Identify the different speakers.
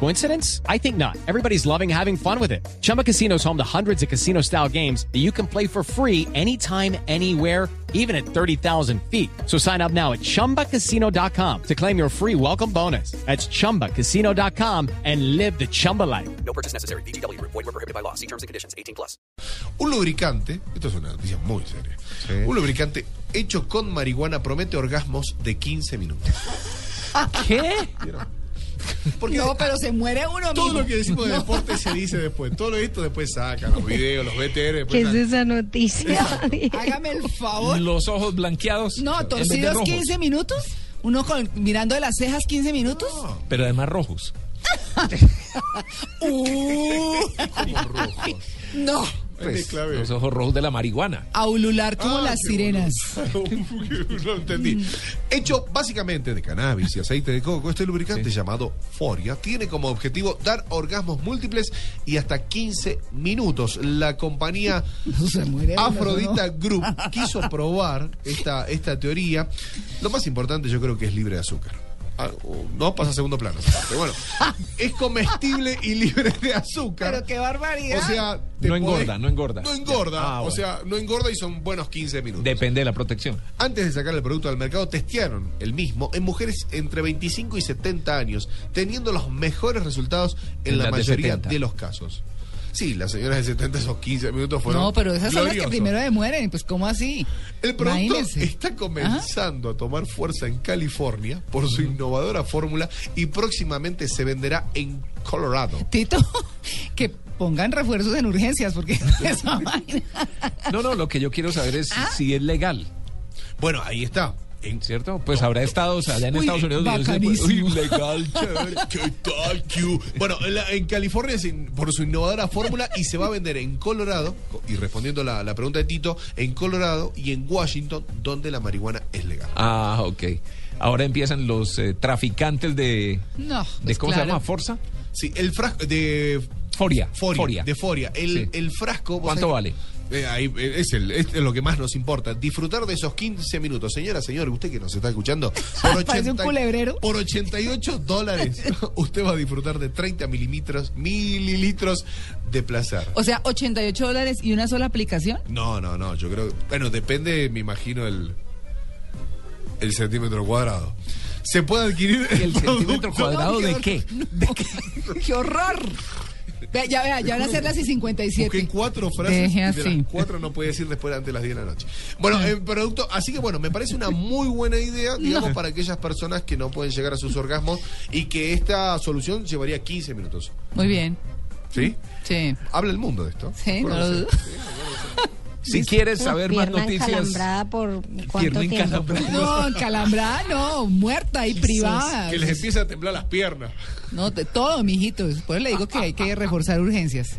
Speaker 1: Coincidence? I think not. Everybody's loving having fun with it. Chumba Casino is home to hundreds of casino style games that you can play for free anytime, anywhere even at 30,000 feet. So sign up now at ChumbaCasino.com to claim your free welcome bonus. That's ChumbaCasino.com and live the Chumba life.
Speaker 2: No purchase necessary. BGW. Void were prohibited by law. See terms and conditions. 18 plus.
Speaker 3: Un lubricante, esto es una noticia muy seria, un lubricante hecho con marihuana promete orgasmos de 15 minutos.
Speaker 1: ¿Qué?
Speaker 3: Porque
Speaker 4: No, pero se muere uno
Speaker 3: todo
Speaker 4: mismo.
Speaker 3: lo que decimos de deporte se dice después. Todo lo esto después sacan los videos, los BTR, después
Speaker 5: ¿Qué es
Speaker 3: sacan.
Speaker 5: esa noticia?
Speaker 4: Hágame el favor.
Speaker 6: Los ojos blanqueados. en
Speaker 4: No,
Speaker 6: vez de
Speaker 4: torcidos
Speaker 6: rojos,
Speaker 4: 15 minutos. Uno con, mirando de las cejas 15 minutos.
Speaker 6: Pero además rojos.
Speaker 3: Ah.
Speaker 4: Uh, no,
Speaker 6: Pues,
Speaker 3: Ahí te clavé.
Speaker 6: Los ojos rojos de la marihuana.
Speaker 4: a ulular como
Speaker 3: Ah,
Speaker 4: las
Speaker 3: qué
Speaker 4: sirenas.
Speaker 3: Lo entendí. Hecho básicamente de cannabis y aceite de coco, este lubricante llamado Foria tiene como objetivo dar orgasmos múltiples y hasta 15 minutos. La compañía
Speaker 4: Se muere uno,
Speaker 3: Afrodita Group quiso probar esta, esta teoría. Lo más importante yo creo que es libre de azúcar. Ah, o No pasa a segundo plano. esa parte. Bueno, es comestible y libre de azúcar.
Speaker 4: Pero qué barbaridad.
Speaker 3: O sea, te
Speaker 6: No engorda, no engorda.
Speaker 3: No engorda,
Speaker 6: Ah,
Speaker 3: o
Speaker 6: bueno.
Speaker 3: sea, no engorda y son buenos 15 minutos.
Speaker 6: Depende de la protección.
Speaker 3: Antes de sacar el producto al mercado, testearon el mismo en mujeres entre 25 y 70 años, teniendo los mejores resultados en,
Speaker 6: En
Speaker 3: la
Speaker 6: las de
Speaker 3: mayoría de,
Speaker 6: 70.
Speaker 3: los casos. Sí, las señoras de 70 esos 15 minutos fueron
Speaker 4: no, pero esas son las que
Speaker 3: gloriosos.
Speaker 4: primero demueren. Pues, ¿cómo así?
Speaker 3: El producto
Speaker 4: Imagínense.
Speaker 3: está comenzando a tomar fuerza en California por su innovadora fórmula y próximamente se venderá en Colorado.
Speaker 4: Tito, que pongan refuerzos en urgencias, porque esa vaina.
Speaker 6: No, no, lo que yo quiero saber es
Speaker 4: Ah.
Speaker 6: si es legal.
Speaker 3: Bueno, ahí está. En
Speaker 6: ¿Cierto? Pues habrá estados allá en
Speaker 4: Uy,
Speaker 6: Estados Unidos. donde no se puede-
Speaker 4: bacanísimo.
Speaker 6: Uy, legal, chévere.
Speaker 3: ¿Qué tal, Q? Bueno, en, la- en California es in- por su innovadora fórmula y se va a vender en Colorado, y respondiendo a la, la pregunta de Tito, en Colorado y en Washington, donde la marihuana es legal.
Speaker 6: Ah, ok. Ahora empiezan los eh, traficantes de.
Speaker 4: No,
Speaker 6: de
Speaker 4: pues
Speaker 6: ¿Cómo
Speaker 4: claro.
Speaker 6: se llama? ¿Forza?
Speaker 3: Sí, el frasco de...
Speaker 6: Foria.
Speaker 3: Foria, De Foria. El,
Speaker 6: Sí.
Speaker 3: el frasco... ¿vos
Speaker 6: ¿Cuánto
Speaker 3: sabés?
Speaker 6: vale?
Speaker 3: Eh, ahí, eh, es, el- es lo que más nos importa. Disfrutar de esos 15 minutos. Señora, señor, usted que nos está escuchando. Por
Speaker 4: Parece un culebrero.
Speaker 3: Por 88 dólares, usted va a disfrutar de 30 mililitros, mililitros de placer.
Speaker 4: O sea, 88 dólares y una sola aplicación.
Speaker 3: No, no, no, yo creo. Bueno, depende, me imagino, el, el centímetro cuadrado. Se puede adquirir
Speaker 6: ¿Y el centímetro
Speaker 3: producto-
Speaker 6: cuadrado de qué?
Speaker 4: ¡Qué horror! Ve, ya vea, ya van a ser las y
Speaker 3: Busqué
Speaker 4: 57.
Speaker 3: cuatro frases
Speaker 4: Deje
Speaker 3: y de
Speaker 4: así.
Speaker 3: las cuatro no puede decir después antes de las 10 de la noche. Bueno, el producto, así que bueno, me parece una muy buena idea, digamos, para aquellas personas que no pueden llegar a sus orgasmos y que esta solución llevaría 15 minutos.
Speaker 4: Muy bien.
Speaker 3: ¿Sí?
Speaker 4: Sí.
Speaker 3: Habla el mundo de esto.
Speaker 4: Sí, no lo dudo.
Speaker 6: Si quieres saber más
Speaker 5: pierna
Speaker 6: noticias.
Speaker 5: encalambrada por cuánto
Speaker 6: Pierna
Speaker 5: tiempo.
Speaker 6: encalambrada.
Speaker 4: No, calambrada no, muerta y privada.
Speaker 3: Que les empieza a temblar las piernas.
Speaker 4: No, de todo, mijito. Por eso le digo que hay que reforzar urgencias.